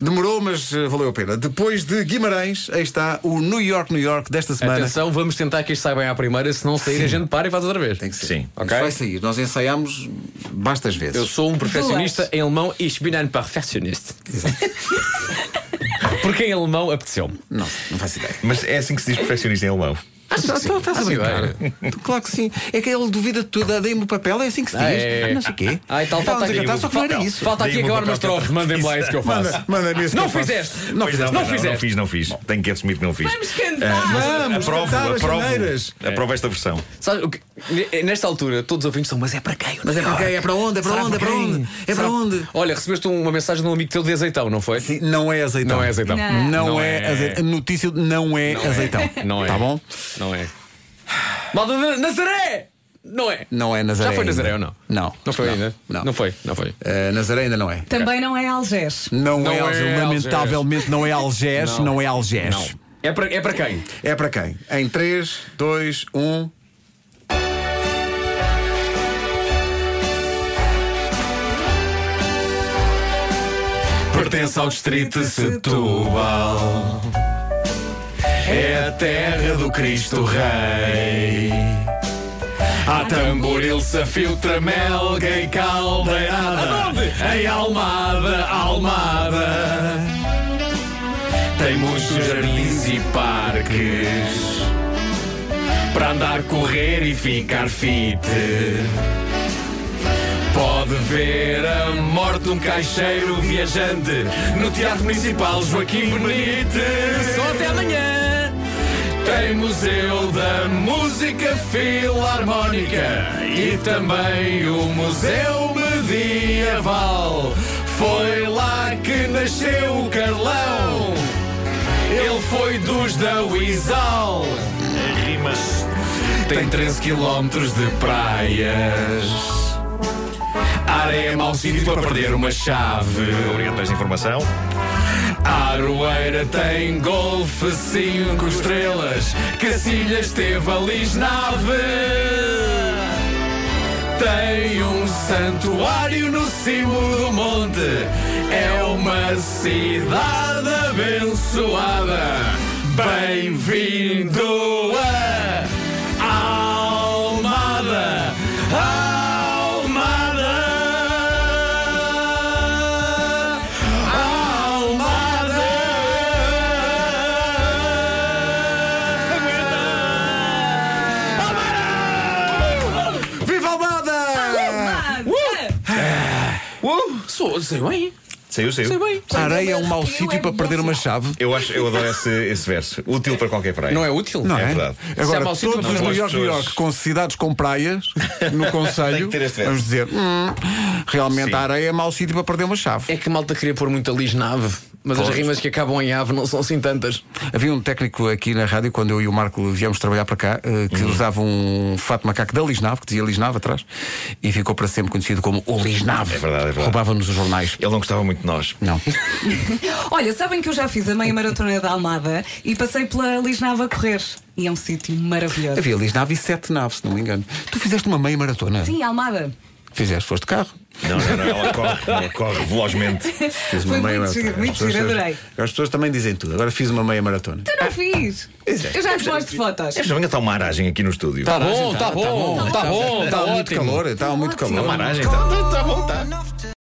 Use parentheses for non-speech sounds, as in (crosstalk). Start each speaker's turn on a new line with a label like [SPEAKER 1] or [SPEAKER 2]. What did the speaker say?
[SPEAKER 1] Demorou, mas eh, valeu a pena. Depois de Guimarães, aí está o New York, New York desta semana.
[SPEAKER 2] Atenção, vamos tentar que isto saia bem à primeira, se não sair, a gente para e faz outra vez.
[SPEAKER 1] Tem que ser.
[SPEAKER 3] Sim.
[SPEAKER 1] Mas
[SPEAKER 2] Ok.
[SPEAKER 1] Vai sair. Nós ensaiámos bastas vezes.
[SPEAKER 2] Eu sou um perfeccionista em alemão, ich bin ein Perfectionist. Porque em alemão apeteceu-me.
[SPEAKER 1] Não, não faço ideia.
[SPEAKER 3] Mas é assim que se diz perfeccionista em alemão.
[SPEAKER 2] Estou tá, a brincar.
[SPEAKER 1] claro que sim. É que ele duvida de tudo, dei-me o papel, é assim que se diz.
[SPEAKER 2] Ah, é.
[SPEAKER 1] Ah, Não sei o quê.
[SPEAKER 2] Ai, tal,
[SPEAKER 1] Estávamos a
[SPEAKER 2] falta aqui. um
[SPEAKER 1] cantar, só que não era isso.
[SPEAKER 2] Falta
[SPEAKER 3] Dei
[SPEAKER 2] aqui
[SPEAKER 3] uma
[SPEAKER 2] agora
[SPEAKER 3] papel
[SPEAKER 2] umas trofes,
[SPEAKER 3] para-
[SPEAKER 2] mandem-me lá isso que eu faço.
[SPEAKER 1] Manda- manda-me isso que
[SPEAKER 2] Não
[SPEAKER 1] eu faço.
[SPEAKER 2] fizeste!
[SPEAKER 1] Não
[SPEAKER 3] Pois
[SPEAKER 1] fizeste.
[SPEAKER 2] não
[SPEAKER 3] mas
[SPEAKER 2] fizeste.
[SPEAKER 3] Não fiz, não fiz. Tenho que assumir que não fiz. Ah,
[SPEAKER 4] Vamos cantar!
[SPEAKER 1] Vamos
[SPEAKER 3] aprovo,
[SPEAKER 1] cantar as
[SPEAKER 3] aprovo.
[SPEAKER 1] janeiras.
[SPEAKER 3] Aprovo esta versão.
[SPEAKER 2] Sabe, o que- ne- nesta altura, todos os ouvintes são, mas é para quem?
[SPEAKER 1] Mas é para quem? É para onde? É para
[SPEAKER 2] Será
[SPEAKER 1] onde? É para
[SPEAKER 2] para quem?
[SPEAKER 1] onde? É para
[SPEAKER 2] Será-
[SPEAKER 1] onde?
[SPEAKER 2] Olha, recebeste uma mensagem de um amigo teu de azeitão, não foi?
[SPEAKER 1] Sim, Não é azeitão.
[SPEAKER 2] Não é azeitão.
[SPEAKER 4] Não.
[SPEAKER 1] Não,
[SPEAKER 2] Não
[SPEAKER 1] é,
[SPEAKER 2] é.
[SPEAKER 1] azeitão. A notícia não é azeitão.
[SPEAKER 2] Não é.
[SPEAKER 1] Tá bom?
[SPEAKER 2] Não é. Malta de Nazaré! Não é?
[SPEAKER 1] Não é Nazaré.
[SPEAKER 2] Já foi
[SPEAKER 1] ainda.
[SPEAKER 2] Nazaré ou não?
[SPEAKER 1] Não.
[SPEAKER 2] Não foi
[SPEAKER 1] não,
[SPEAKER 2] ainda?
[SPEAKER 1] Não.
[SPEAKER 2] Não foi, não foi.
[SPEAKER 1] Eh, Nazaré ainda não é.
[SPEAKER 4] Também não é Algés.
[SPEAKER 1] Não,
[SPEAKER 2] Não
[SPEAKER 1] é,
[SPEAKER 2] é
[SPEAKER 1] Algés.
[SPEAKER 2] Algés.
[SPEAKER 1] Lamentavelmente não é Algés, não, é Algés.
[SPEAKER 2] É para, é para quem?
[SPEAKER 1] É para quem? Em um. 3, 2, 1.
[SPEAKER 3] Pertence ao distrito de Setúbal. É a terra do Cristo Rei. Há tamboril, safio, tramelga e caldeirada. Em Almada, Almada. Tem muitos jardins e parques. Para andar, correr e ficar fit. Pode ver a morte de um caixeiro viajante no Teatro Municipal Joaquim Benite. Só até amanhã. Tem Museu da Música Filarmónica e também o Museu Medieval. Foi lá que nasceu o Carlão. Ele foi dos da Uisal. Rimas. Tem 13 quilómetros de praias. Área é mau sítio para perder uma chave. Obrigado pela informação. Aroeira tem golfe 5 estrelas. Cacilhas teve a Lisnave. Tem um santuário no cimo do monte. É uma cidade abençoada. Bem-vindo a Almada. Almada! Almada!
[SPEAKER 1] Viva Almada!
[SPEAKER 2] Uou! Sou, sei bem,
[SPEAKER 3] Saiu,
[SPEAKER 2] sei
[SPEAKER 3] saiu.
[SPEAKER 2] bem.
[SPEAKER 1] Areia é um mau
[SPEAKER 4] Eu é
[SPEAKER 1] sítio para
[SPEAKER 4] bom
[SPEAKER 1] perder uma
[SPEAKER 4] sinal.
[SPEAKER 1] chave.
[SPEAKER 3] Eu acho, eu adoro esse, esse verso. Útil para qualquer praia.
[SPEAKER 2] Não é útil?
[SPEAKER 1] Não
[SPEAKER 3] É
[SPEAKER 1] é?
[SPEAKER 3] verdade.
[SPEAKER 2] Isso é
[SPEAKER 1] Agora,
[SPEAKER 2] mau sítio
[SPEAKER 1] todos
[SPEAKER 2] para
[SPEAKER 1] os New
[SPEAKER 3] nós
[SPEAKER 1] York, New
[SPEAKER 3] pessoas.
[SPEAKER 1] York, com cidades com praias, no Conselho,
[SPEAKER 3] que ter este verso.
[SPEAKER 1] vamos dizer, "Hum, realmente
[SPEAKER 3] Sim.
[SPEAKER 1] a areia é mau sítio para perder uma chave.
[SPEAKER 2] É que a malta queria pôr muita lisnave, mas as
[SPEAKER 3] Pois.
[SPEAKER 2] rimas que acabam em ave não são assim tantas.
[SPEAKER 1] Havia um técnico aqui na rádio, quando eu e o Marco viemos trabalhar para cá, eh, que usava um fato de macaco da Lisnave, que dizia Lisnave atrás, e ficou para sempre conhecido como o Lisnave.
[SPEAKER 3] É verdade, é verdade.
[SPEAKER 1] Roubava-nos os jornais.
[SPEAKER 3] Ele não gostava muito de nós.
[SPEAKER 1] Não. (laughs)
[SPEAKER 4] Olha, sabem que eu já fiz a meia maratona da Almada e passei pela Lisnava a correr. E é um sítio maravilhoso.
[SPEAKER 1] Havia Lisnave e sete naves, se não me engano. Tu fizeste uma meia maratona?
[SPEAKER 4] Sim, Almada.
[SPEAKER 1] Fizeste, foste de carro.
[SPEAKER 3] Não, não, não. Ela corre, ela corre velozmente.
[SPEAKER 1] Fiz
[SPEAKER 4] Foi muito giro, muito
[SPEAKER 1] As
[SPEAKER 4] giro,
[SPEAKER 1] pessoas-
[SPEAKER 4] adorei.
[SPEAKER 1] As pessoas também dizem tudo. Agora fiz uma meia maratona.
[SPEAKER 4] Eu Então não fiz. Eu já vos mostro fotos.
[SPEAKER 3] Esta manhã está uma aragem aqui no estúdio.
[SPEAKER 2] Tá bom, tá bom, tá bom, tá
[SPEAKER 1] Está muito
[SPEAKER 2] ótimo.
[SPEAKER 1] calor, está muito
[SPEAKER 3] É
[SPEAKER 4] ótimo.
[SPEAKER 1] calor.
[SPEAKER 3] Uma aragem, tá. Tá, tá bom, tá.